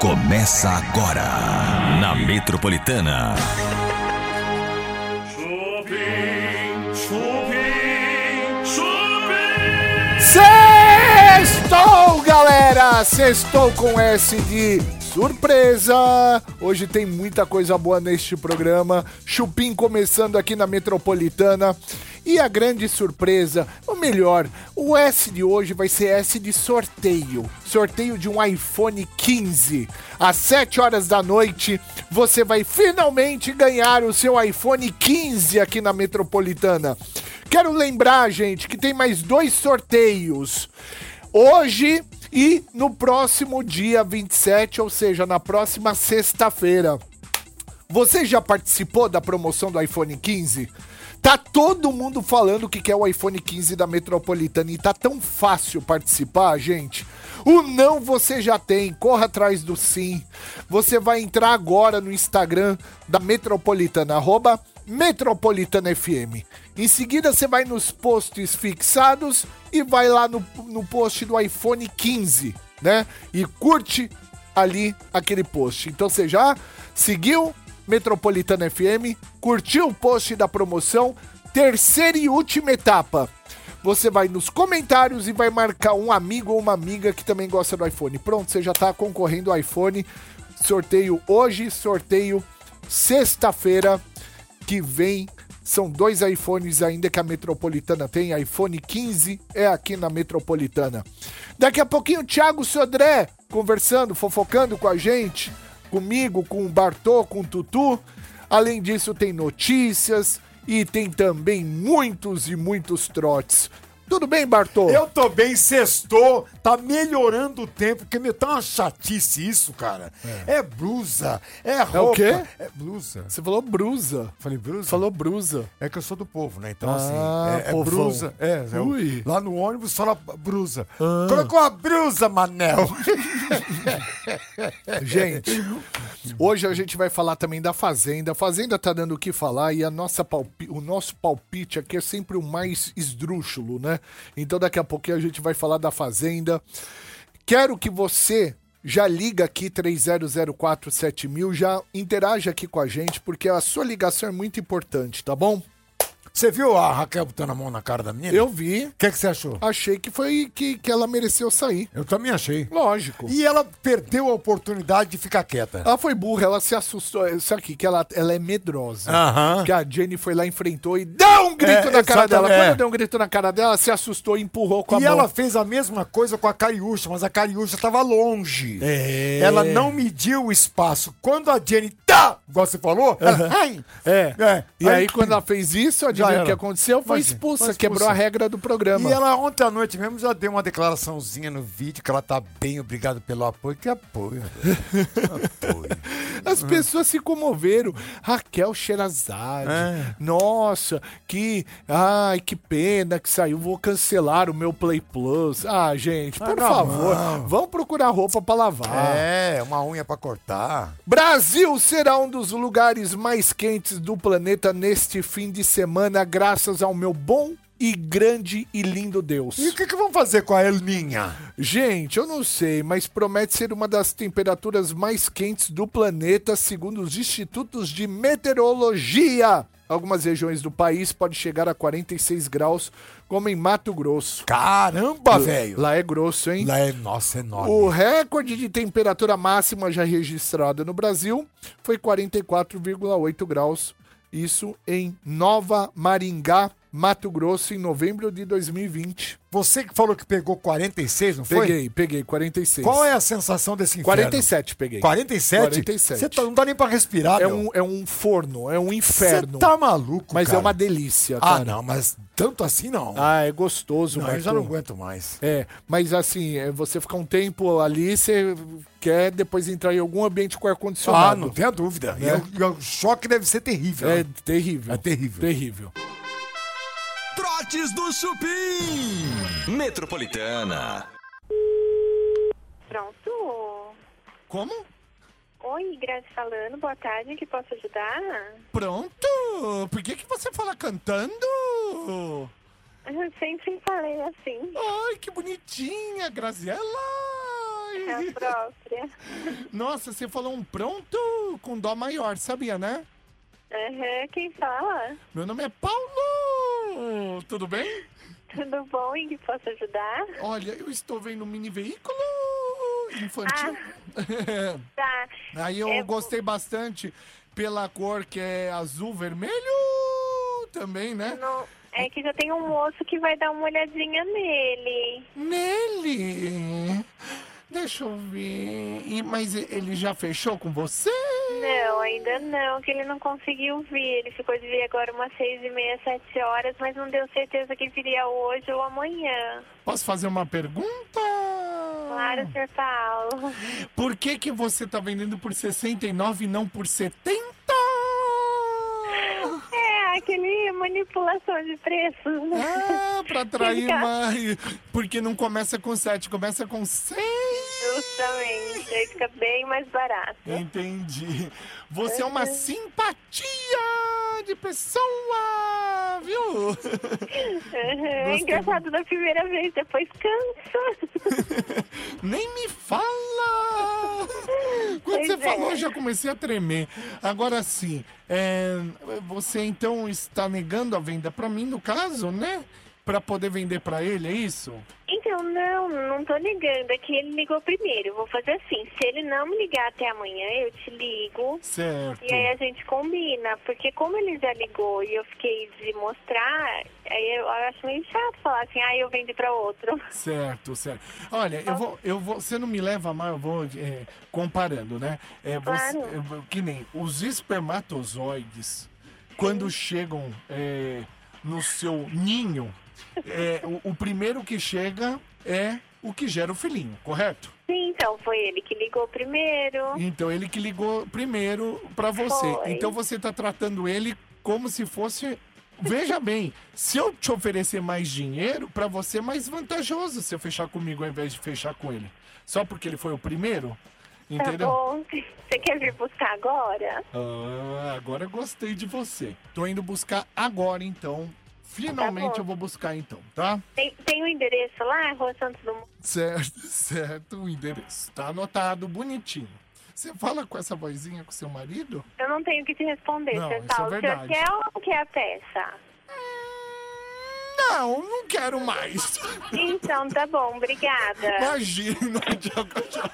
Começa agora na Metropolitana. Chupim, chupim, chupim. Sextou, galera! Sextou com S de surpresa! Hoje tem muita coisa boa neste programa. Chupim começando aqui na Metropolitana. E a grande surpresa, ou melhor, o S de hoje vai ser S de sorteio. Sorteio de um iPhone 15. Às 7 horas da noite, você vai finalmente ganhar o seu iPhone 15 aqui na Metropolitana. Quero lembrar, gente, que tem mais dois sorteios hoje e no próximo dia 27, ou seja, na próxima sexta-feira. Você já participou da promoção do iPhone 15? Tá todo mundo falando que quer o iPhone 15 da Metropolitana e tá tão fácil participar, gente. O não você já tem, corra atrás do sim. Você vai entrar agora no Instagram da Metropolitana, arroba Metropolitana FM. Em seguida você vai nos posts fixados e vai lá no, no post do iPhone 15, né? E curte ali aquele post. Então você já seguiu Metropolitana FM, curtiu o post da promoção, terceira e última etapa. Você vai nos comentários e vai marcar um amigo ou uma amiga que também gosta do iPhone. Pronto, você já está concorrendo ao iPhone. Sorteio hoje, sorteio sexta-feira que vem. São dois iPhones ainda que a Metropolitana tem. iPhone 15 é aqui na Metropolitana. Daqui a pouquinho, o Thiago Sodré conversando, fofocando com a gente, comigo, com o Bartô, com o Tutu. Além disso, tem notícias e tem também muitos e muitos trotes. Tudo bem, Bartô? Eu tô bem, sextou, tá melhorando o tempo, porque meu, tá uma chatice isso, cara. É, blusa, é roupa. quê? É blusa. Você falou brusa. Falei blusa? Falou brusa. É que eu sou do povo, né? Então, Ah, assim, é, é povão. brusa. É, é o- Ui. Ah. lá no ônibus fala brusa. Colocou a brusa, Manel. Gente, hoje a gente vai falar também da Fazenda. A Fazenda tá dando o que falar e a nossa palpi- o nosso palpite aqui é sempre o mais esdrúxulo, né? Então daqui a pouquinho a gente vai falar da Fazenda. Quero que você já liga aqui 30047000, já interage aqui com a gente, porque a sua ligação é muito importante, tá bom? Você viu a Raquel botando a mão na cara da menina? Eu O vi, que, que você achou? achei que foi que, que ela mereceu sair. Eu também achei. Lógico. E ela perdeu a oportunidade de ficar quieta. Ela foi burra, ela se assustou. Isso aqui, que ela, ela é medrosa. Aham. Que a Jenny foi lá, enfrentou e deu um grito É, na cara exatamente, dela. é. Quando deu um grito na cara dela, ela se assustou e empurrou com a e mão. ela fez a mesma coisa com a Cariúcha, mas a Cariúcha tava longe. É. Ela não mediu o espaço. Quando a Jenny tá, igual você falou, ela, ai, É. é, E aí, quando ela fez isso, adivinha Já o que era. aconteceu? Foi Imagina, expulsa, foi expulsa. quebrou a regra do programa. E ela ontem à noite mesmo já deu uma declaraçãozinha no vídeo que ela tá bem, obrigado pelo apoio. Que apoio? apoio. As É. pessoas se comoveram. Raquel Sherazade. É. Nossa, que. Ai, que pena que saiu. Vou cancelar o meu Play Plus. Ah, gente, por na favor, vão procurar roupa pra lavar. É, uma unha pra cortar. Brasil será um dos lugares mais quentes do planeta neste fim de semana, graças ao meu bom e grande e lindo Deus. E o que, que vão fazer com a Elninha? Gente, eu não sei, mas promete ser uma das temperaturas mais quentes do planeta, segundo os institutos de meteorologia. Algumas regiões do país podem chegar a 46 graus, como em Mato Grosso. Caramba, Ah, velho! Lá é grosso, hein? Lá é, nossa, enorme. O recorde de temperatura máxima já registrada no Brasil foi 44,8 graus, isso em Nova Maringá, Mato Grosso, em novembro de 2020. Você que falou que pegou 46, não foi? Peguei, peguei, 46. Qual é a sensação desse inferno? 47 peguei. 47? 47. Você tá- não dá nem pra respirar, É meu. um, é um forno, é um inferno. Você tá maluco, mas cara. é uma delícia, Ah, cara. não, mas tanto assim não. Ah, é gostoso, não, eu Bartô. já não aguento mais. É, mas assim, é, você ficar um tempo ali, você quer depois entrar em algum ambiente com ar-condicionado. Ah, não tenha dúvida. E Né? o- e o choque deve ser terrível. É né? terrível. É terrível. Terrível. Trotes do Chupim. Metropolitana. Pronto. Como? Oi, Grazi falando. Boa tarde. em que posso ajudar? Pronto? Por que, que você fala cantando? Eu sempre falei assim. Ai, que bonitinha, Graziela! É a própria. Nossa, você falou um pronto com dó maior, sabia, né? Aham, quem fala? Meu nome é Paulo! Tudo bem? Tudo bom? Em que posso ajudar? Olha, eu estou vendo um mini veículo infantil. Tá. Aí eu É, gostei bastante pela cor que é azul, vermelho também, né? não- é que já tem um moço que vai dar uma olhadinha nele. Nele! Deixa eu ver. E- Mas e- ele já fechou com você? Não, ainda não, que ele não conseguiu vir. Ele ficou de vir agora umas seis e meia, sete horas, mas não deu certeza que viria hoje ou amanhã. Posso fazer uma pergunta? Ah. Claro, senhor Paulo. Por que, que você tá vendendo por 69 e não por 70? É, aquele manipulação de preços, né? Ah, pra atrair Fica. mais. Porque não começa com 7, começa com 6. Justamente, aí fica bem mais barato. Entendi. Você é Uhum. uma simpatia de pessoa, viu? Aham, É engraçado da primeira vez, depois cansa. Nem me fala! Quando Pois você é. falou, eu já comecei a tremer. Agora sim, é, você então está negando a venda pra mim, no caso, né? Pra poder vender pra ele, é isso? Então, não, não tô ligando. É que ele ligou primeiro. Eu Vou fazer assim: se ele não me ligar até amanhã, eu te ligo. Certo. E aí a gente combina, porque como ele já ligou e eu fiquei de mostrar, aí eu acho meio chato falar assim, ah, eu vendo pra outro. Certo, certo. Olha, eu vou, eu vou, você não me leva mal, eu vou é, comparando, né? É, você, Claro. é, que nem os espermatozoides, quando chegam é, no seu ninho, é, o, o primeiro que chega é o que gera o filhinho, correto? Sim, então foi ele que ligou primeiro. Então ele que ligou primeiro pra você. Foi. Então você tá tratando ele como se fosse. Veja bem, se eu te oferecer mais dinheiro, pra você é mais vantajoso se eu fechar comigo ao invés de fechar com ele. Só porque ele foi o primeiro? Tá Entendeu? bom. Você quer vir buscar agora? Ah, agora eu gostei de você. Tô indo buscar agora então. Finalmente bom. eu vou buscar então, tá? Tem, tem o endereço lá, Rua Santos Dumont? Certo, certo o endereço. Tá anotado, bonitinho. Você fala com essa vozinha com seu marido? Eu não tenho o que te responder, Não, seu isso é Paulo. verdade. Você quer ou não quer a peça? Não, não quero mais. Então, tá bom, obrigada. Imagina, Diogo.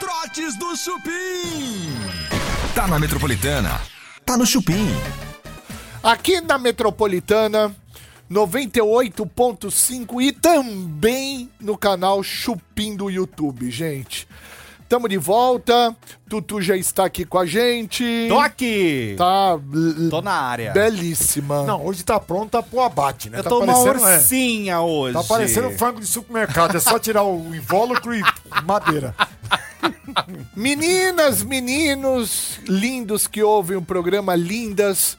Trotes do Chupim. Tá na Metropolitana. Tá no Chupim. Aqui na Metropolitana, 98.5 e também no canal Chupim do YouTube, gente. Tamo de volta, Tutu já está aqui com a gente. Tô aqui! Tá Tô na área. belíssima. Não, hoje tá pronta pro abate, né? Eu tá tô uma parecendo, é, ursinha hoje. Tá parecendo frango de supermercado. É só tirar o invólucro e madeira. Meninas, meninos lindos que ouvem o programa, lindas.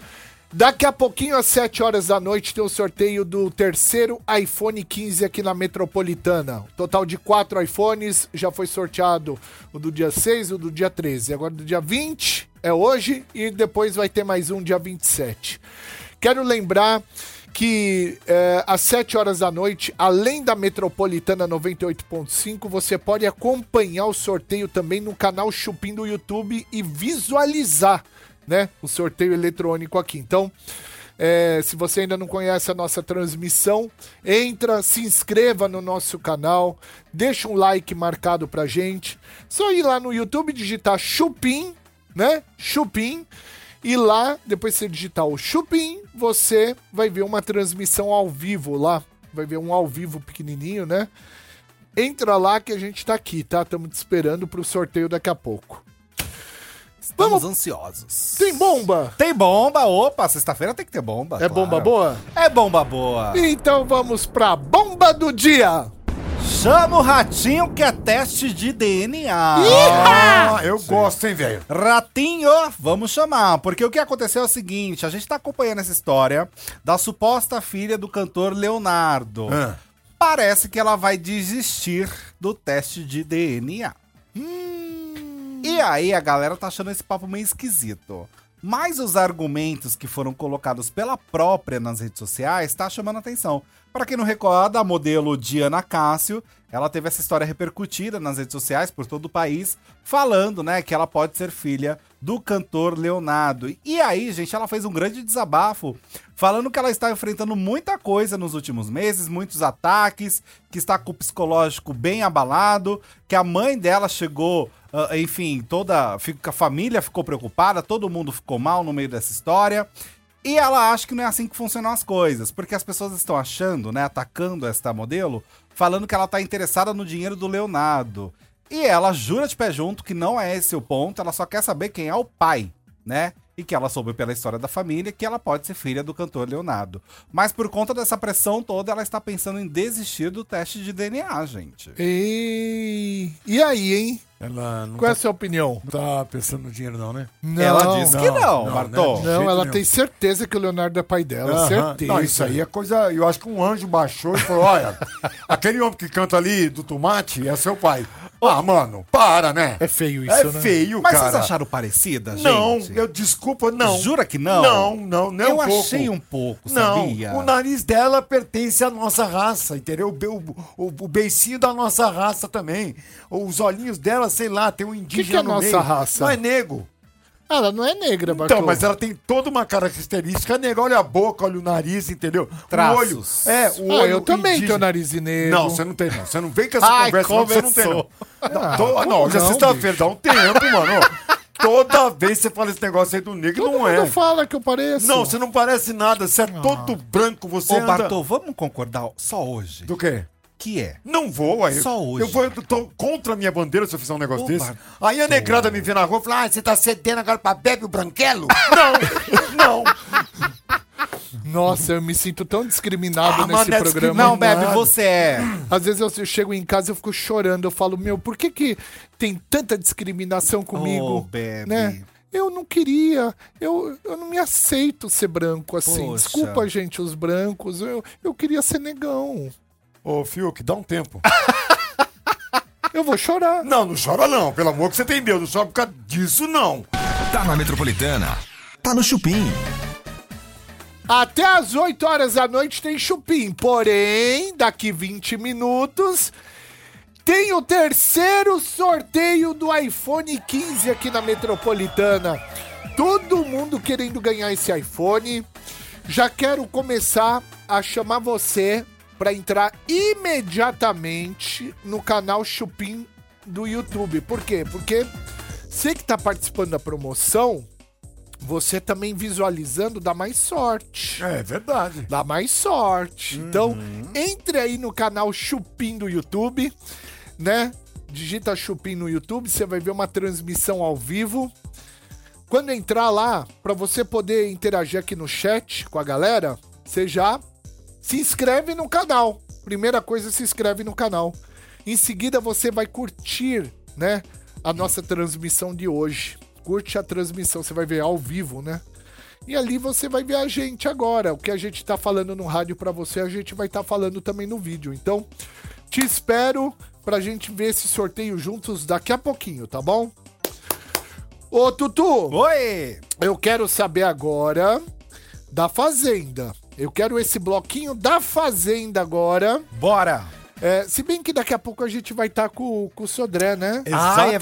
Daqui a pouquinho, às 7 horas da noite, tem o sorteio do terceiro iPhone 15 aqui na Metropolitana. Total de quatro iPhones, já foi sorteado o do dia 6, o do dia 13. Agora do dia 20 é hoje e depois vai ter mais um dia 27. Quero lembrar que eh, às 7 horas da noite, além da Metropolitana 98.5, você pode acompanhar o sorteio também no canal Chupim do YouTube e visualizar né, o sorteio eletrônico aqui. Então, eh, se você ainda não conhece a nossa transmissão, entra, se inscreva no nosso canal, deixa um like marcado pra gente. Só ir lá no YouTube digitar Chupim, né? Chupim. E lá, depois que você digitar o Chupim, você vai ver uma transmissão ao vivo lá. Vai ver um ao vivo pequenininho, né? Entra lá que a gente tá aqui, tá? Estamos te esperando pro sorteio daqui a pouco. Estamos Vamos- ansiosos. Tem bomba? Tem bomba, opa, sexta-feira tem que ter bomba. É claro. bomba boa? É bomba boa. Então vamos pra bomba do dia! Chama o ratinho que é teste de DNA. Ah, eu gosto, hein, velho? Ratinho, vamos chamar, porque o que aconteceu é o seguinte, a gente tá acompanhando essa história da suposta filha do cantor Leonardo. Parece que ela vai desistir do teste de DNA. E aí a galera tá achando esse papo meio esquisito. Mas os argumentos que foram colocados pela própria nas redes sociais tá chamando atenção. Por Pra quem não recorda, a modelo Diana Cássio, ela teve essa história repercutida nas redes sociais por todo o país, falando, né, que ela pode ser filha do cantor Leonardo. E aí, gente, ela fez um grande desabafo, falando que ela está enfrentando muita coisa nos últimos meses, muitos ataques, que está com o psicológico bem abalado, que a mãe dela chegou ah, enfim, toda fica- a família ficou preocupada, todo mundo ficou mal no meio dessa história. E ela acha que não é assim que funcionam as coisas, porque as pessoas estão achando, né, atacando esta modelo, falando que ela tá interessada no dinheiro do Leonardo. E ela jura de pé junto que não é esse o ponto, ela só quer saber quem é o pai, né? E que ela soube pela história da família que ela pode ser filha do cantor Leonardo. Mas por conta dessa pressão toda, ela está pensando em desistir do teste de DNA, gente. E, e aí, hein? Ela não Qual é a sua opinião? tá pensando no dinheiro, não, né? Não. ela disse que não, não, não, Bartô. né? Não, jeito ela nenhum. tem certeza que o Leonardo é pai dela, Aham. certeza. Não, isso aí é coisa. Eu acho que um anjo baixou e falou: olha, aquele homem que canta ali do tomate é seu pai. Ah, mano, para, né? É feio isso, É né? feio, Mas cara. vocês acharam parecida, gente? Não, eu desculpa, não. Jura que não? Não, não, nem Eu um pouco. achei um pouco, Não, sabia? o nariz dela pertence à nossa raça, entendeu? O, be- o, o, o beicinho da nossa raça também. Os olhinhos dela, sei lá, tem um indígena que é no nossa meio. raça? Não é nego. Ela não é negra, Bartô. Então, mas ela tem toda uma característica negra. Olha a boca, olha o nariz, entendeu? Traços. O olho. É, o Ah, olho eu também tenho indígena. nariz negro. Não, é você não tem, não. Você não vem com essa Ai, conversa, não, você não tem, não. começou. Não, to- não, Ah, como hoje é não, sexta-feira, dá um tempo, mano. Toda vez você fala esse negócio aí do negro, Todo não mundo é. fala Ah. que eu pareço. Não, você não parece nada, você é todo branco, você Ô, anda... Bartô, vamos concordar só hoje Do quê? que é. Não vou, aí. Só hoje. Eu vou eu tô contra a minha bandeira se eu fizer um negócio Ô, desse. Bartô. Aí a negrada me vê na rua e fala: Ah, você tá cedendo agora pra Bebe o Branquelo? não, não. Nossa, eu me sinto tão discriminado Ah, mas nesse é programa. discriminado. Não, Bebe, você é. Às vezes eu chego em casa e eu fico chorando. Eu falo, meu, por que, que tem tanta discriminação comigo? Oh, Ô, Bebe. né? Eu não queria, eu, eu não me aceito ser branco assim. Poxa. Desculpa, gente, os brancos. Eu, eu queria ser negão. Ô, Fiuk, dá um tempo. Eu vou chorar. Não, não chora não, pelo amor que você tem Deus, não chora por causa disso não. Tá na Metropolitana. Tá no Chupim. Até às 8 horas da noite tem chupim. Porém, daqui 20 minutos. Tem o terceiro sorteio do iPhone 15 aqui na Metropolitana. Todo mundo querendo ganhar esse iPhone. Já quero começar a chamar você para entrar imediatamente no canal Chupim do YouTube. Por quê? Porque você que tá participando da promoção, você também visualizando dá mais sorte É verdade. dá mais sorte. Então, entre aí no canal Chupim do YouTube, né? Digita Chupim no YouTube, você vai ver uma transmissão ao vivo. Quando entrar lá, para você poder interagir aqui no chat com a galera, você já se inscreve no canal. Primeira coisa, se inscreve no canal. Em seguida, você vai curtir, né? A nossa transmissão de hoje. Curte a transmissão, você vai ver ao vivo, né? E ali você vai ver a gente agora. O que a gente tá falando no rádio pra você, a gente vai estar falando também no vídeo. Então, te espero pra gente ver esse sorteio juntos daqui a pouquinho, tá bom? Ô, Tutu! Oi! Eu quero saber agora da Fazenda. Eu quero esse bloquinho da Fazenda agora. Bora! É, se bem que daqui a pouco a gente vai estar com, com o Sodré, né? Ah, é é.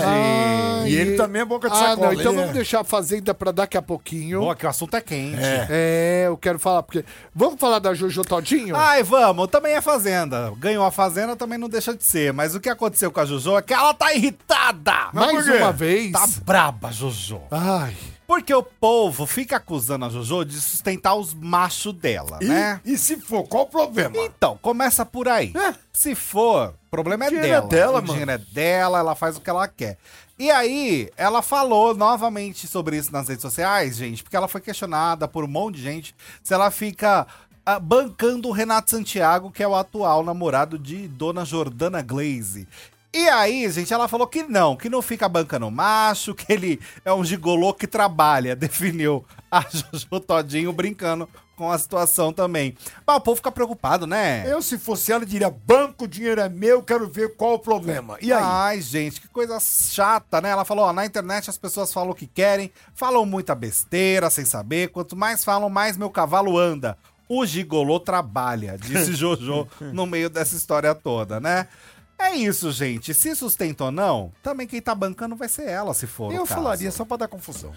verdade. E ele também é boca de Ah, sacola. não. Então ele vamos é. deixar a Fazenda pra daqui a pouquinho. Boa, que o assunto é quente. É, eu quero falar, porque. Vamos falar da Jojo Todinho? Ah, Ai, vamos, também é Fazenda. Ganhou a Fazenda, também não deixa de ser. Mas o que aconteceu com a Jojo é que ela tá irritada! Mais por quê? uma vez. Tá braba, Jojo. Ai. Porque o povo fica acusando a Jojo de sustentar os machos dela, E, né? e se for, qual o problema? Então, começa por aí. É. Se for, o problema é Dinheiro é dela. dela, o dinheiro é dela, ela faz o que ela quer. E aí, ela falou novamente sobre isso nas redes sociais, gente, porque ela foi questionada por um monte de gente se ela fica ah, bancando o Renato Santiago, que é o atual namorado de Dona Jordana Glaze. E aí, gente, ela falou que não, que não fica bancando macho, que ele é um gigolô que trabalha, definiu a Jojo Todinho brincando com a situação também. Mas o povo fica preocupado, né? Eu, se fosse ela, diria: banco, o dinheiro é meu, quero ver qual o problema. E aí? Ai, gente, que coisa chata, né? Ela falou, ó, na internet as pessoas falam o que querem, falam muita besteira sem saber, quanto mais falam, mais meu cavalo anda. O gigolô trabalha, disse Jojo no meio dessa história toda, né? É isso, gente. Se sustentou ou não, também quem tá bancando vai ser ela, se for. Eu o caso. falaria só pra dar confusão.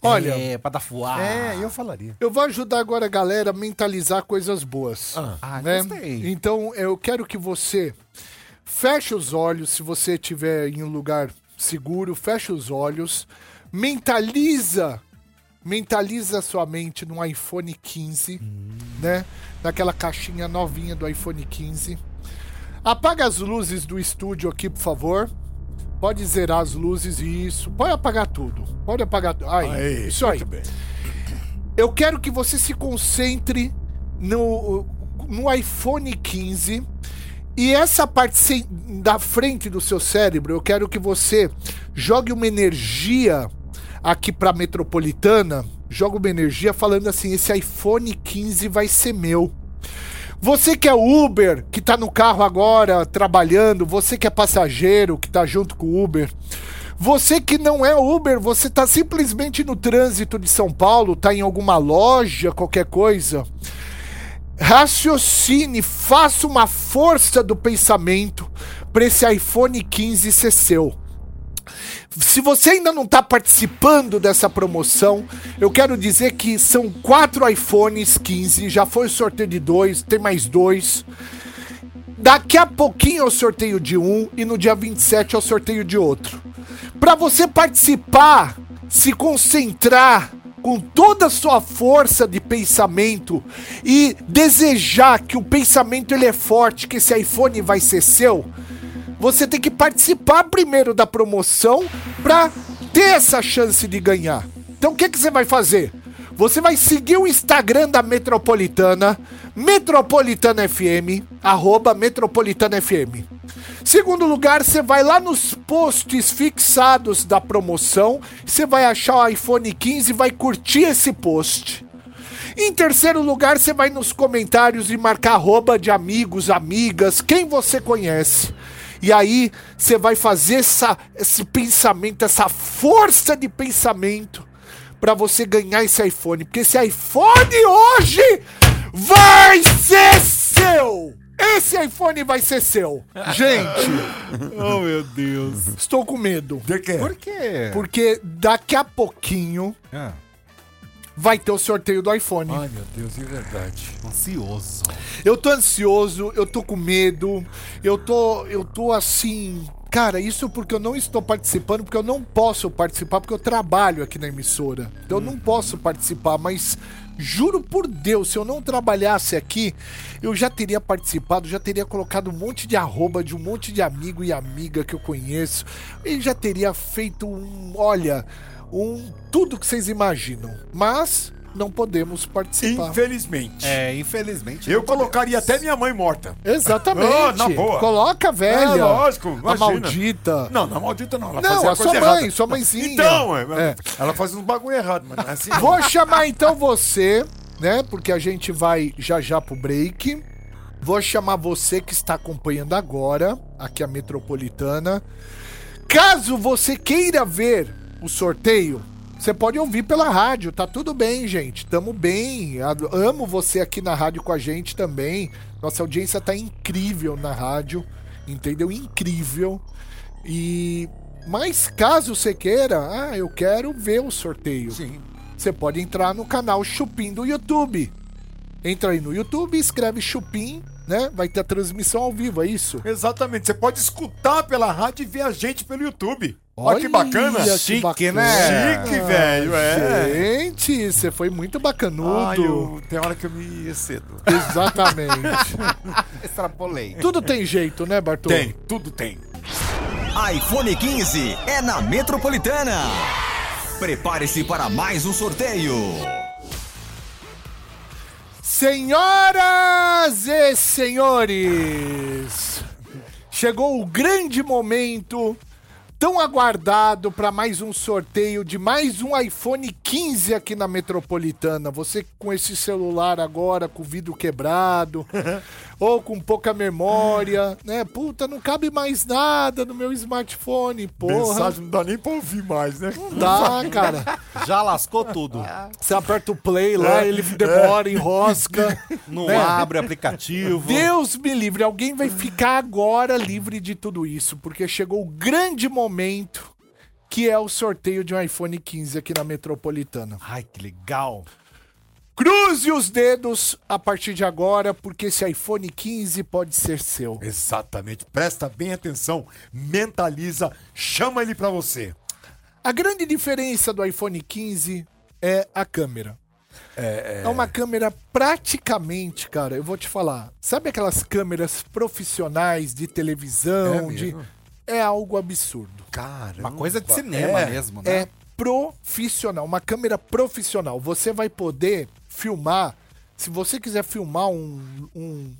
Olha, É, pra dar fuar. É, eu falaria. Eu vou ajudar agora a galera a mentalizar coisas boas. Ah, gostei. Então, eu quero que você feche os olhos, se você estiver em um lugar seguro, feche os olhos, mentaliza, mentaliza a sua mente num iPhone 15, né? Naquela caixinha novinha do iPhone 15. Apaga as luzes do estúdio aqui, por favor. Pode zerar as luzes e isso. Pode apagar tudo. Pode apagar tudo. Aí, isso aí. Eu quero que você se concentre no, no iPhone 15 e essa parte sem- da frente do seu cérebro, eu quero que você jogue uma energia aqui pra metropolitana, joga uma energia falando assim: esse iPhone 15 vai ser meu. Você que é Uber, que tá no carro agora trabalhando, você que é passageiro, que tá junto com o Uber, você que não é Uber, você tá simplesmente no trânsito de São Paulo, tá em alguma loja, qualquer coisa. Raciocine, faça uma força do pensamento para esse iPhone 15 ser seu. Se você ainda não está participando dessa promoção, eu quero dizer que são quatro iPhones 15, já foi o sorteio de dois, tem mais dois. Daqui a pouquinho é o sorteio de um e no dia 27 é o sorteio de outro. Para você participar, se concentrar com toda a sua força de pensamento e desejar que o pensamento ele é forte, que esse iPhone vai ser seu, você tem que participar primeiro da promoção para ter essa chance de ganhar. Então o que, que você vai fazer? Você vai seguir o Instagram da Metropolitana, Metropolitana FM, arroba Metropolitana FM. Segundo lugar, você vai lá nos posts fixados da promoção, você vai achar o iPhone 15 e vai curtir esse post. Em terceiro lugar, você vai nos comentários e marcar arroba de amigos, amigas, quem você conhece. E aí você vai fazer essa, esse pensamento, essa força de pensamento pra você ganhar esse iPhone. Porque esse iPhone hoje vai ser seu! Esse iPhone vai ser seu. Gente, Oh, meu Deus. estou com medo. De quê? Por quê? Porque daqui a pouquinho Ah, vai ter o sorteio do iPhone. Ai, meu Deus, é verdade. ansioso. Eu tô ansioso, eu tô com medo, eu tô, eu tô assim. Cara, isso porque eu não estou participando, porque eu não posso participar, porque eu trabalho aqui na emissora. Então eu não posso participar, mas juro por Deus, se eu não trabalhasse aqui, eu já teria participado, já teria colocado um monte de arroba de um monte de amigo e amiga que eu conheço, e já teria feito um, olha, um tudo que vocês imaginam. Mas não podemos participar. Infelizmente. É, infelizmente. Eu colocaria até minha mãe morta. Exatamente. Ah, na boa. Coloca a velha. É, lógico, A imagina. maldita. Não, não, maldita não. Ela Não, fazia a sua coisa mãe, errada. sua mãezinha. Então, é, É. ela faz uns bagulho errado, mas não é assim. Vou chamar então você, né? Porque a gente vai já já pro break. Vou chamar você que está acompanhando agora, aqui a Metropolitana. Caso você queira ver o sorteio, você pode ouvir pela rádio, tá tudo bem, gente. Tamo bem. Ad- Amo você aqui na rádio com a gente também. Nossa audiência tá incrível na rádio, entendeu? Incrível. E mas caso você queira, ah, eu quero ver o sorteio. Sim. Você pode entrar no canal Chupim do YouTube. Entra aí no YouTube, escreve Chupim, né? Vai ter a transmissão ao vivo, é isso? Exatamente. Você pode escutar pela rádio e ver a gente pelo YouTube. Olha, que Olha bacana. que Chique, né? bacana. Chique, velho. É. Gente, você foi muito bacanudo. Ai, eu- tem hora que eu me excedo. Exatamente. extrapolei. Tudo tem jeito, né, Bartô? Tem, tudo tem. iPhone 15 é na Metropolitana. Prepare-se para mais um sorteio. Senhoras e senhores, chegou o grande momento tão aguardado para mais um sorteio de mais um iPhone 15 aqui na Metropolitana. Você com esse celular agora, com o vidro quebrado, ou com pouca memória, né? Puta, não cabe mais nada no meu smartphone, porra. Mensagem não dá nem pra ouvir mais, né? Não dá, Tá, cara. Já lascou tudo. Ah. Você aperta o play lá, ele demora, enrosca. Não Né? abre o aplicativo. Deus me livre, alguém vai ficar agora livre de tudo isso, porque chegou o grande momento que é o sorteio de um iPhone 15 aqui na Metropolitana. Ai, que legal. Cruze os dedos a partir de agora, porque esse iPhone 15 pode ser seu. Exatamente. Presta bem atenção, mentaliza, chama ele pra você. A grande diferença do iPhone 15 é a câmera. É, uma câmera praticamente, cara, eu vou te falar. Sabe aquelas câmeras profissionais de televisão? É de... mesmo? é algo absurdo. Cara, Uma coisa de cinema É. mesmo, né? é profissional, uma câmera profissional. Você vai poder filmar, se você quiser filmar um, um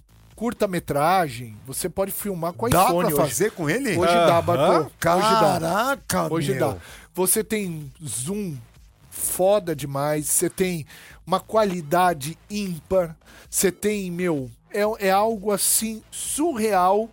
curta-metragem, você pode filmar com dá iPhone pra hoje. fazer com ele? Hoje dá, Bartô. Hoje dá. Caraca, Hoje meu. dá. Você tem zoom foda demais, você tem uma qualidade ímpar, você tem, meu, é, é algo assim surreal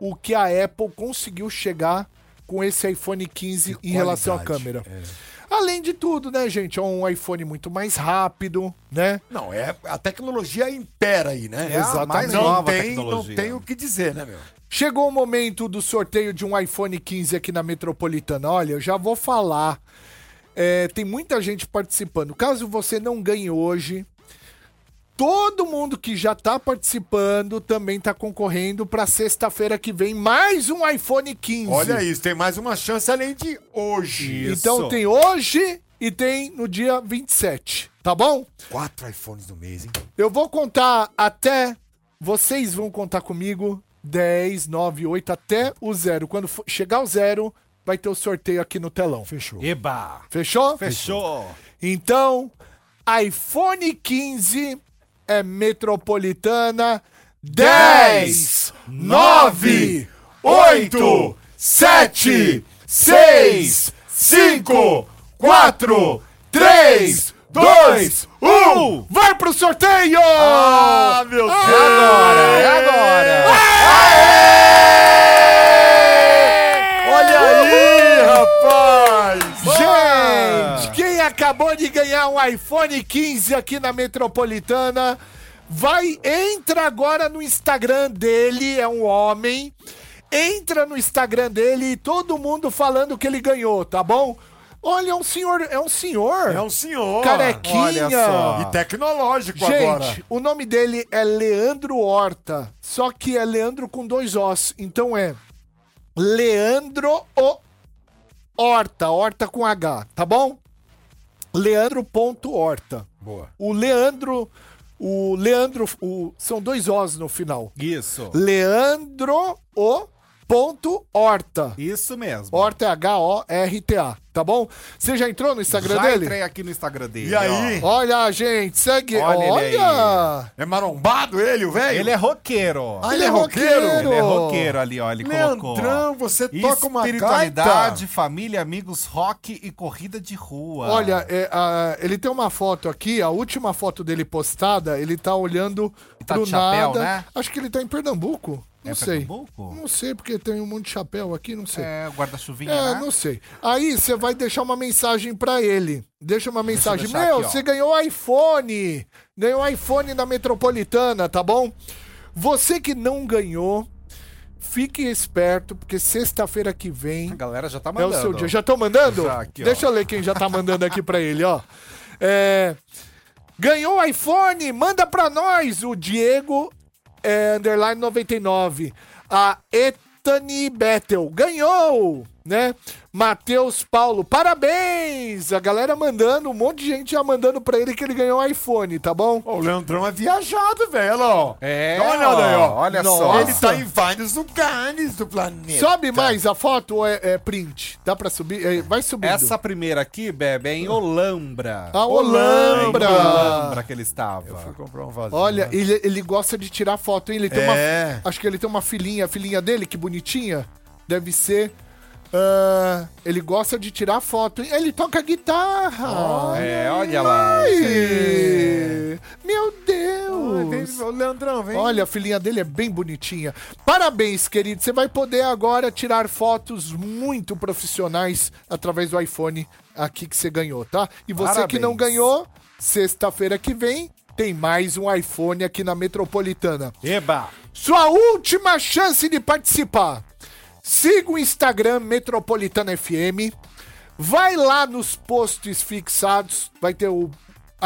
o que a Apple conseguiu chegar com esse iPhone 15 em relação à câmera. qualidade, Além de tudo, né, gente? É um iPhone muito mais rápido, né? Não, é, a tecnologia impera aí, né? É a mais Exatamente. nova não, tem, tecnologia. não tem o que dizer, né, meu? Chegou o momento do sorteio de um iPhone 15 aqui na Metropolitana. Olha, eu já vou falar. É, tem muita gente participando. Caso você não ganhe hoje, todo mundo que já tá participando também tá concorrendo pra sexta-feira que vem mais um iPhone 15. Olha isso, tem mais uma chance além de hoje. Então isso. tem hoje e tem no dia 27, tá bom? Quatro iPhones no mês, hein? Eu vou contar até. Vocês vão contar comigo. 10, 9, 8, até o zero. Quando for- chegar o zero, vai ter o sorteio aqui no telão. Fechou. Eba! Fechou? Fechou! Então, iPhone 15 é metropolitana. 10, 9, 8, 7, 6, 5, 4, 3, 2, 1. Vai pro sorteio! Ah, meu Deus! É agora! Olha aí, rapaz! Gente, quem acabou de ganhar um iPhone 15 aqui na Metropolitana, vai, entra agora no Instagram dele, é um homem. Entra no Instagram dele e todo mundo falando que ele ganhou, tá bom? Olha, é um senhor, é um senhor. É um senhor. Carequinha. Olha só. E tecnológico Tipo agora. Gente, o nome dele é Leandro Horta, só que é Leandro com dois Os, então é Leandro O Horta, Horta com H, tá bom? Leandro.horta. Boa. O Leandro, o Leandro, o, são dois Os no final. Isso. Leandro O ponto Horta. Isso mesmo. Horta é H-O-R-T-A, tá bom? Você já entrou no Instagram Já dele? entrei aqui no Instagram dele. E aí? Olha, gente, segue. Olha Olha! ele aí. É marombado ele, o ó. velho? Ele é roqueiro. Ah, ele é roqueiro? Ele é roqueiro ali, ó. Ele colocou. ó. Leandrão, você toca uma Espiritualidade, gaita. família, amigos, rock e corrida de rua. Olha, é, a- ele tem uma foto aqui, a última foto dele postada, ele tá olhando tá pro de chapéu, nada. né? Acho que ele tá em Pernambuco. Não É sei. Pernambuco? Não sei, porque tem um monte de chapéu aqui, não sei. É. É, guarda-chuvinha, né? não sei. Aí você vai deixar uma mensagem pra ele. Deixa uma mensagem. deixar Meu, aqui, ó. você ganhou iPhone! Ganhou iPhone da Metropolitana, tá bom? Você que não ganhou, fique esperto, porque sexta-feira que vem A galera já tá é o mandando. seu dia. Já estão mandando? Já aqui, ó. Deixa eu ler quem já tá mandando aqui pra ele, ó. É, ganhou o iPhone, manda pra nós o Diego é, underline 99. A Etani Battle ganhou, né? Matheus Paulo, parabéns! A galera mandando, um monte de gente já mandando pra ele que ele ganhou o iPhone, tá bom? Ó, o Leandrão é viajado, velho, olha lá, ó. É, Dá uma olhada aí, ó. Olha só. Nossa. Ele tá em vários lugares do planeta. Sobe Tá. mais a foto ou é, é print? Dá pra subir? É, vai subindo. Essa primeira aqui, Bebe, é Ah. em Olambra. A É em Olambra! Olambra que ele estava. Fui comprar um vaso. Olha, ele, ele gosta de tirar foto, hein? Ele tem É. uma. Acho que ele tem uma filhinha, a filhinha dele, que bonitinha. Deve ser. Ah, ele gosta de tirar foto. Ele toca guitarra. É, olha lá. Ai, meu Ô, vem- Deus. ô, Leandrão, vem. Olha, a filhinha dele é bem bonitinha. Parabéns, querido. Você vai poder agora tirar fotos muito profissionais através do iPhone aqui que você ganhou, tá? E você que não Parabéns. ganhou, sexta-feira que vem tem mais um iPhone aqui na Metropolitana. Eba! Sua última chance de participar. Siga o Instagram Metropolitana FM. Vai lá nos posts fixados, vai ter o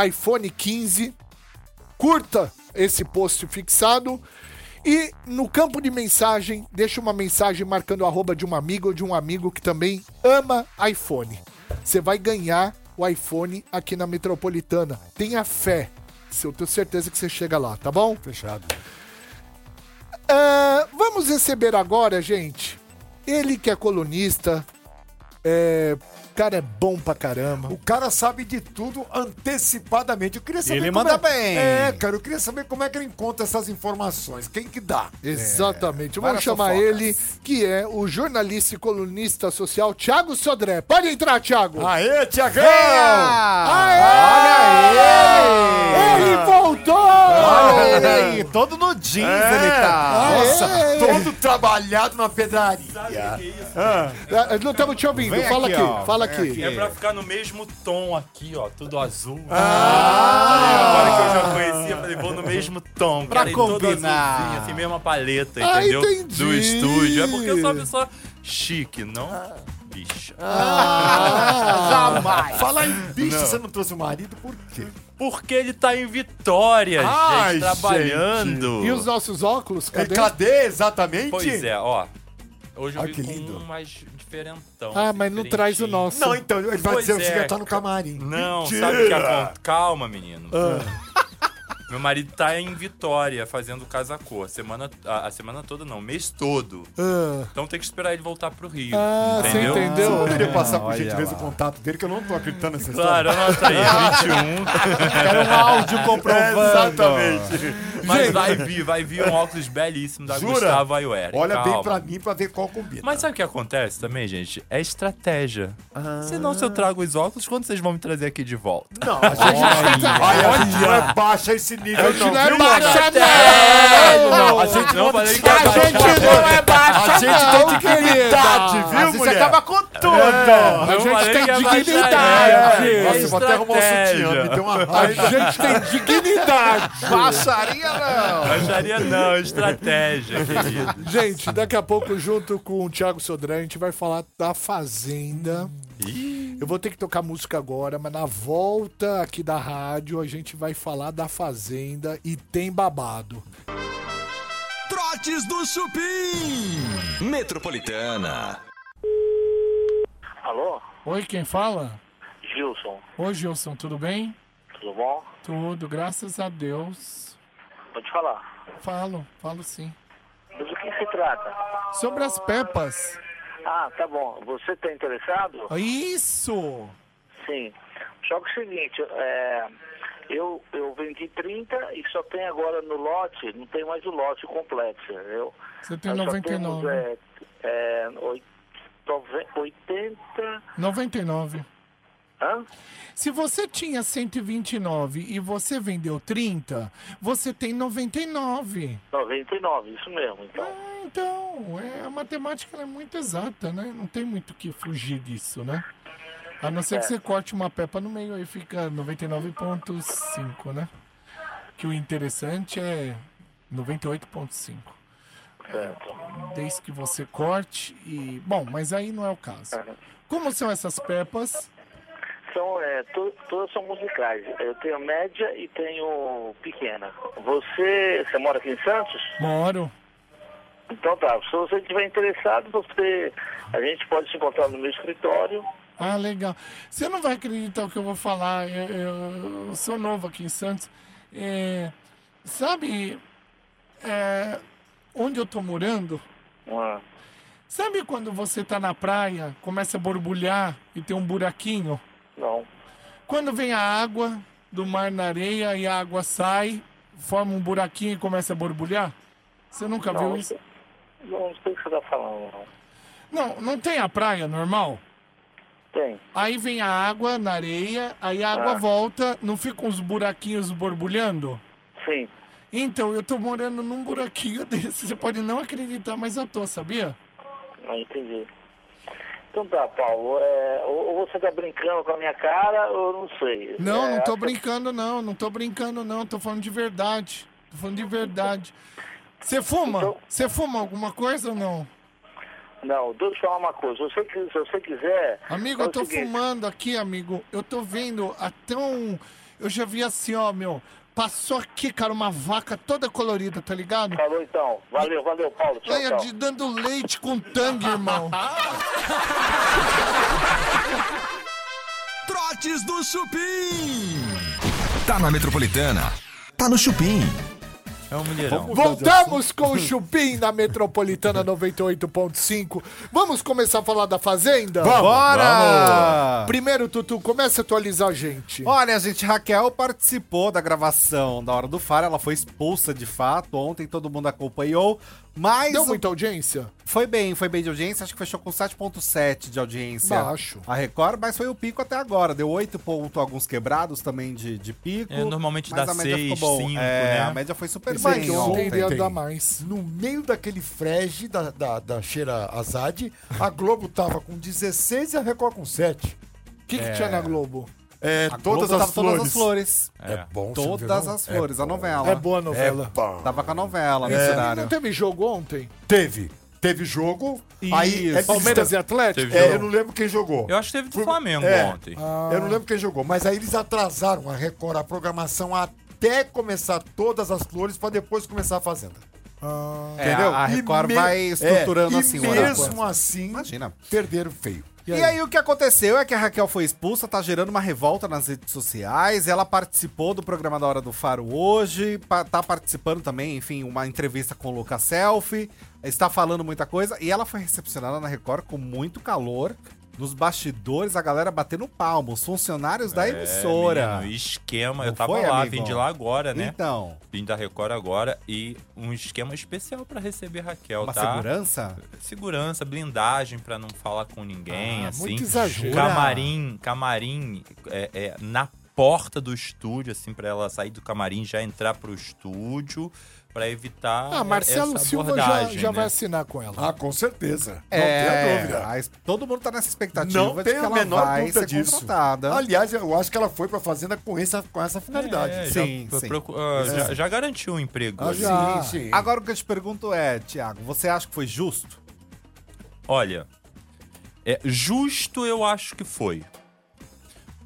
iPhone 15. Curta esse post fixado e no campo de mensagem, deixa uma mensagem marcando o arroba de um amigo ou de um amigo que também ama iPhone. Você vai ganhar o iPhone aqui na Metropolitana. Tenha fé. Eu tenho certeza que você chega lá, tá bom? Fechado. Ah, vamos receber agora, gente, ele que é colunista, é, o cara é bom pra caramba. O cara sabe de tudo antecipadamente. Eu queria saber Ele como manda é- bem. É, cara, eu queria saber como é que ele encontra essas informações. Quem que dá? Exatamente. Vamos É, várias chamar fofocas. ele, que é o jornalista e colunista social Thiago Sodré. Pode entrar, Thiago. Aê, Tiagão! Aê! Ele voltou! Olha aí, todo no jeans ele tá. Nossa, Aê! todo É. trabalhado na pedraria. Ah, Não estamos te ouvindo. Vem fala aqui, aqui, ó. fala Vem aqui. aqui. É pra ficar no mesmo tom aqui, ó, tudo azul. Ah! Agora que eu já conhecia, falei, vou no mesmo tom. Pra cara, e todo combinar. azulzinho, assim, mesma paleta, Ah, entendeu? entendi. Do estúdio. É porque eu sou uma pessoa chique, não Ah. bicha. Jamais! Ah, Falar em bicho, você não trouxe o marido, por quê? Porque ele tá em Vitória, Ai, gente, trabalhando. E os nossos óculos? Cadê, Cadê? Cadê exatamente? Pois é, ó. Hoje eu Ah, vi que com lindo. um mais diferentão. Ah, assim, mas não diferentinho. traz o nosso. Não, então, ele vai Pois dizer, o é, Chico tá no camarim. Não, Mentira. sabe o que acontece? Calma, menino. Meu marido tá em Vitória fazendo casacô. A semana, a, a semana toda não, o mês todo. Então tem que esperar ele voltar pro Rio. Ah, você entendeu? Você entendeu? poderia passar, por olha gentileza, lá. o contato dele, que eu não tô acreditando nessa história. Claro, é anota aí, 21. Quero um áudio comprovando. Mas vai vir, vai vir um óculos belíssimo da Jura? Gustavo Ayoer. Olha bem Calma. pra mim pra ver qual combina. Mas sabe o que acontece também, gente? É estratégia. Senão, se eu trago os óculos, quando vocês vão me trazer aqui de volta? Não, a gente, Ai, a gente não é baixa esse nível, não. não é viu, baixa, Ana? não. Não, a gente Não, não, falei que a é baixa. gente não é baixa, A gente Ah, tem dignidade, viu, Mas isso mulher? acaba com tudo! A gente tem É, dignidade. Nossa, eu vou até arrumar um sutiã, me deu uma A raiva. gente tem dignidade. Baixaria não! Baixaria não, estratégia, querido. Gente, daqui a pouco, junto com o Thiago Sodré, a gente vai falar da Fazenda. Eu vou ter que tocar música agora, mas na volta aqui da rádio a gente vai falar da Fazenda e tem babado. Trotes do Chupim. Metropolitana. Alô? Oi, quem fala? Gilson, Oi, Gilson, tudo bem? tudo bom? Tudo, graças a Deus. Vou te falar. Falo, falo sim. Mas do que se trata? Sobre as pepas. Ah, tá bom. Você tá interessado? Isso! Sim. Só que é o seguinte, é, eu, eu vendi 30 e só tem agora no lote, não tem mais o lote completo. Eu, Você tem nós só temos 99. é, né? é, oit- nove- 80. 99. Hã? Se você tinha 129 e você vendeu 30, você tem 99. 99, isso mesmo, então. Ah, Então, é, a matemática ela é muito exata, né? Não tem muito o que fugir disso, né? A não ser que você corte uma pepa no meio aí fica 99.5, né? Que o interessante é 98.5. Certo. Desde que você corte e... Bom, mas aí não é o caso. Como são essas pepas? São, é, to- todas são musicais. Eu tenho média e tenho pequena. Você, você mora aqui em Santos? Moro. Então tá, se você estiver interessado, você a gente pode se encontrar no meu escritório. Ah, legal. Você não vai acreditar o que eu vou falar. Eu, eu- eu sou novo aqui em Santos. É, sabe é, onde eu tô morando? Ah, Sabe quando você tá na praia, começa a borbulhar e tem um buraquinho? não. Quando vem a água do mar na areia e a água sai, forma um buraquinho e começa a borbulhar? Você nunca Não, viu isso? não sei o que você está tá falando, não. Não, não tem a praia normal? Tem. Aí vem a água na areia, aí a água Ah. volta, não ficam uns buraquinhos borbulhando? Sim. Então, eu tô morando num buraquinho desse. Você pode não acreditar, mas eu tô, sabia? Não ah, entendi. Então tá, Paulo. é, ou, ou você tá brincando com a minha cara, ou eu não sei. Não, É, não tô acho- brincando, não. Não tô brincando, não. Tô falando de verdade. Tô falando de verdade. Você fuma? Então- Você fuma alguma coisa ou não? Não, deixa eu te falar uma coisa. Se você, qui- se você quiser. Amigo, é eu o tô seguinte, fumando aqui, amigo. Eu tô vendo a tão. Eu já vi assim, ó, meu. Passou aqui, cara, uma vaca toda colorida, tá ligado? Falou então. Valeu, valeu, Paulo. Tchau, Olha, tchau. de dando leite com tangue, irmão. Trotes do Chupim. Tá na Metropolitana. Tá no Chupim. É um mulherão. Voltamos com o Chupim na Metropolitana 98.5. Vamos começar a falar da Fazenda? Bora! Primeiro, Tutu, começa a atualizar a gente. Olha, gente, Raquel participou da gravação da Hora do Faro. Ela foi expulsa de fato. Ontem todo mundo acompanhou. Mas Deu o- muita audiência? foi bem, foi bem de audiência. Acho que fechou com 7,7 de audiência. Baixo. A Record, mas foi o pico até agora. Deu 8 pontos, alguns quebrados também de, de pico. É, normalmente mas dá a média ficou 6, bom. 5, é, né? A média foi super Pensei bem. que ontem ontem. ia dar mais. No meio daquele frege da, da, da Sheila Azad, a Globo tava com 16 e a Record com 7. O que, que tinha na Globo? É, A Globo tava todas as flores. É, bom, você não viu, Todas não? as É flores, Tá. a bom. novela. É boa a novela. Pá. Tava com a novela nesse Não horário. teve jogo ontem? Teve. Teve jogo. Aí é Isso. Palmeiras e Atlético? Teve É, jogo. eu não lembro quem jogou. Eu acho que teve do Fui- Flamengo É. ontem. Eu não lembro quem jogou, mas aí eles atrasaram a Record, a programação até começar todas as flores pra depois começar a fazenda. É, Entendeu? A a Record E me- vai estruturando é, assim e o horário. mesmo assim, Imagina. perderam feio. E aí? o que aconteceu é que a Raquel foi expulsa, tá gerando uma revolta nas redes sociais. Ela participou do programa da Hora do Faro hoje, pa- tá participando também, enfim, uma entrevista com o Lucas Selfie, está falando muita coisa. E ela foi recepcionada na Record com muito calor. Nos bastidores, a galera batendo palmo, os funcionários da É, emissora. menino, esquema. eu Não tava foi, lá, amigo? vim de lá agora, né? Então, Vim da Record agora e um esquema especial pra receber Raquel, uma tá? segurança? Segurança, blindagem pra não falar com ninguém, assim. Ah, Muito exagero. Camarim, camarim é, é, na porta do estúdio, assim, pra ela sair do camarim e já entrar pro estúdio, pra evitar. é, Ah, Marcelo essa Silva já, abordagem, já né? vai assinar com ela. Ah, com certeza. É, não tenha dúvida. a- todo mundo tá nessa expectativa Não de tenho que a ela menor vai dúvida ser disso. contratada. Aliás, eu acho que ela foi pra fazenda com essa, com essa finalidade. É, Sim, já, sim. procu- ah, já, já garantiu um emprego. Ah, assim. já. Sim, sim. Agora o que eu te pergunto é, Thiago, você acha que foi justo? Olha, é, justo eu acho que foi.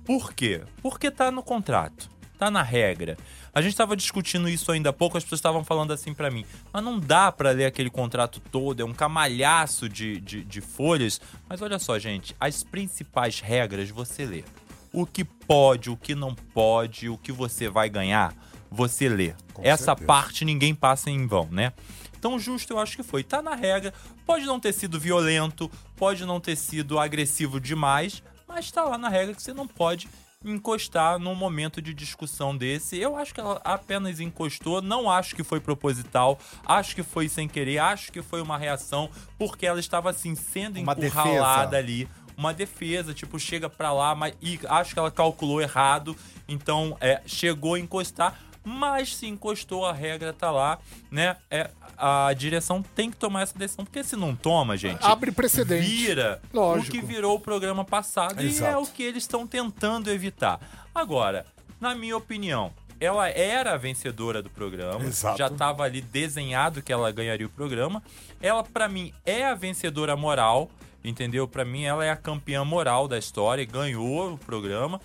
Por quê? Porque tá no contrato, tá na regra. A gente tava discutindo isso ainda há pouco, as pessoas estavam falando assim pra mim, mas não dá pra ler aquele contrato todo, é um camalhaço de, de, de folhas. Mas olha só, gente, as principais regras você lê. O que pode, o que não pode, o que você vai ganhar, você lê. Essa parte ninguém passa em vão, né? Então, justo eu acho que foi. Tá na regra. Pode não ter sido violento, pode não ter sido agressivo demais, mas tá lá na regra que você não pode encostar num momento de discussão desse. Eu acho que ela apenas encostou, não acho que foi proposital, acho que foi sem querer, acho que foi uma reação, porque ela estava assim sendo Uma encurralada defesa. ali. Uma defesa, tipo, chega pra lá mas, e acho que ela calculou errado, então é, chegou a encostar, mas se encostou, a regra tá lá, né? É, a direção tem que tomar essa decisão, porque se não toma, gente Abre precedente. vira Lógico. o que virou o programa passado e é o que eles estão tentando evitar. Agora, na minha opinião, ela era a vencedora do programa, Exato. já estava ali desenhado que ela ganharia o programa. Ela pra mim é a vencedora moral, entendeu? Pra mim ela é a campeã moral da história, e ganhou o programa.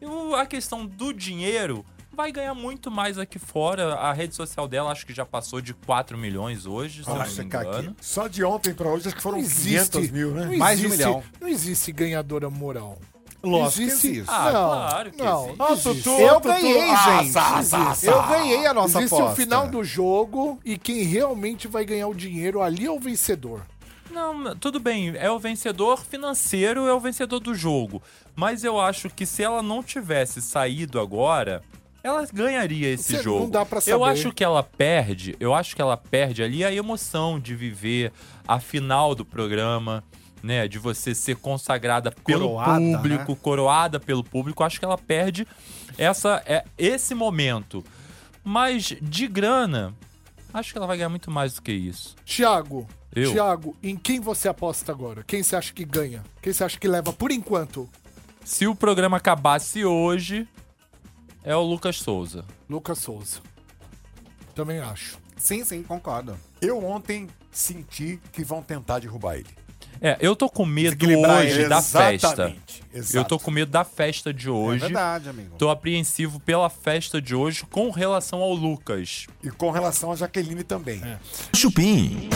E o- a questão do dinheiro vai ganhar muito mais aqui fora. A rede social dela acho que já passou de 4 milhões hoje, se eu não me Nossa, cara, engano. que- só de ontem pra hoje acho que foram Não existe, 500 mil, né? não Mais de um existe- milhão. Não existe ganhadora moral. Lógico existe, que existe. Ah, não, claro que não, existe. não Ah, existe. Tutu, Eu Tutu. ganhei, Ah, gente. sá, sá, sá. Eu ganhei a nossa Existe aposta. o final do jogo e quem realmente vai ganhar o dinheiro ali é o vencedor. Não, tudo bem, é o vencedor financeiro, é o vencedor do jogo. Mas eu acho que se ela não tivesse saído agora, ela ganharia esse Cê- não jogo. dá pra Eu saber. acho que ela perde, eu acho que ela perde ali a emoção de viver a final do programa. né, de você ser consagrada pelo Coroada, né? público, coroada pelo público, acho que ela perde essa é, esse momento. Mas de grana, acho que ela vai ganhar muito mais do que isso. Tiago, Eu? Tiago, em quem você aposta agora? Quem você acha que ganha? Quem você acha que leva por enquanto? Se o programa acabasse hoje, é o Lucas Souza. Lucas Souza. Também acho. Sim, sim, concordo. Eu ontem senti que vão tentar derrubar ele. É, eu tô com medo Desequilibrar hoje ele. da festa. Exatamente, Eu exato. tô com medo da festa de É hoje. verdade, amigo. Tô apreensivo pela festa de hoje com relação ao Lucas. E com relação a Jaqueline também. É. Chupim.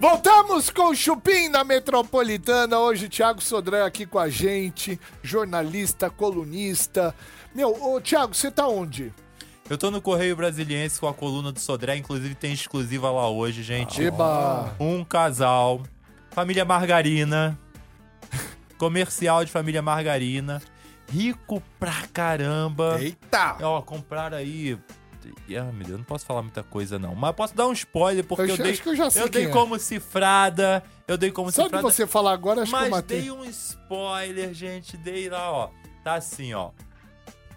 Voltamos com o Chupim na Metropolitana. Hoje, Thiago Sodré aqui com a gente, jornalista, colunista. Meu, ô Thiago, você tá onde? Eu tô no Correio Brasiliense com a coluna do Sodré, inclusive tem exclusiva lá hoje, gente. Eba! Um casal, família Margarina, comercial de família Margarina, rico pra caramba. Eita! Ó, compraram aí. Ah, meu Deus, eu não posso falar muita coisa, não. Mas posso dar um spoiler, porque Eu eu, acho dei. que eu já sei dei quem é. como cifrada. Eu dei como Só de cifrada. você falar agora, acho que eu Mas matei. dei um spoiler, gente. Dei lá, ó. Tá assim, ó.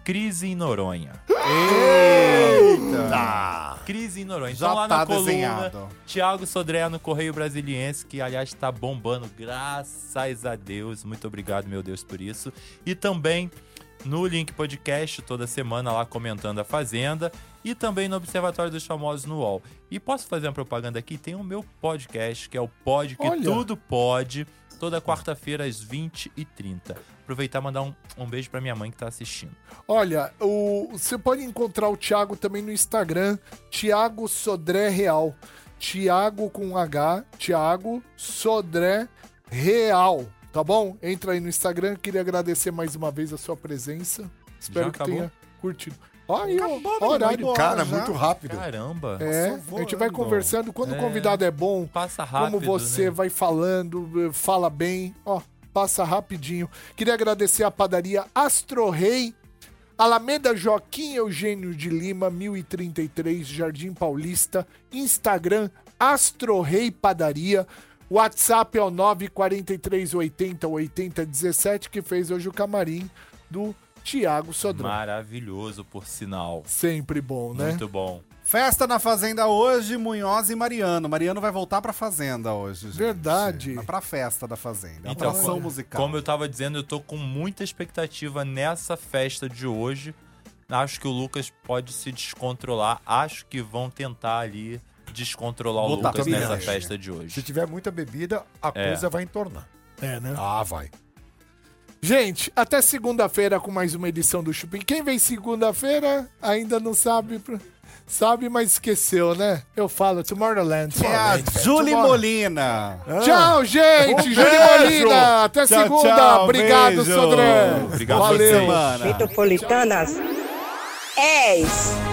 Crise em Noronha. Eita! Crise em Noronha. Já então, lá tá na coluna, desenhado. Tiago Sodré no Correio Brasiliense, que aliás tá bombando, graças a Deus. Muito obrigado, meu Deus, por isso. E também no Link Podcast, toda semana lá comentando a Fazenda. E também no Observatório dos Famosos no UOL. E posso fazer uma propaganda aqui? Tem o meu podcast, que é o Pod Que Olha. Tudo Pode, toda quarta-feira às 20h30. Aproveitar e mandar um, um beijo pra minha mãe que tá assistindo. Olha, o- você pode encontrar o Thiago também no Instagram, Thiago Sodré Real. Thiago com H, Thiago Sodré Real. Tá bom? Entra aí no Instagram. Queria agradecer mais uma vez a sua presença. Espero que acabou? tenha curtido. Olha aí, ó, Acabou, ó, menino, horário. vai Cara, Olha, já. muito rápido. Caramba! É, Passou a gente vai voando. conversando. Quando o É. convidado é bom, Passa rápido. como você né? vai falando, eh, fala bem, ó, passa rapidinho. Queria agradecer a padaria Astro Rei, Alameda Joaquim Eugênio de Lima, 1033, Jardim Paulista, Instagram Astro Rei Padaria. WhatsApp é o 943808017, que fez hoje o camarim do Tiago Sodrão. Maravilhoso, por sinal. Sempre bom, né? Muito bom. Festa na Fazenda hoje, Munhoz e Mariano. Mariano vai voltar pra Fazenda hoje, gente. Verdade. Vai pra festa da Fazenda. Então, É atração como- musical. Como eu tava dizendo, eu tô com muita expectativa nessa festa de hoje. Acho que o Lucas pode se descontrolar. Acho que vão tentar ali descontrolar o Botar Lucas pilha, nessa né? festa de Se hoje. tiver muita bebida, a É. coisa vai entornar. É, né? Ah, vai. Gente, até segunda-feira com mais uma edição do Chupim. Quem vem segunda-feira ainda não sabe, pra- sabe, mas esqueceu, né? Eu falo, Tomorrowland. É a Tomorrowland, né? Julie Tomorrow- Molina. Tchau, gente! Júlio Um beijo. Molina! Até Tchau, segunda! tchau, Obrigado, beijo. Sodré! Obrigado a Valeu! vocês. Semana. Metropolitanas 10.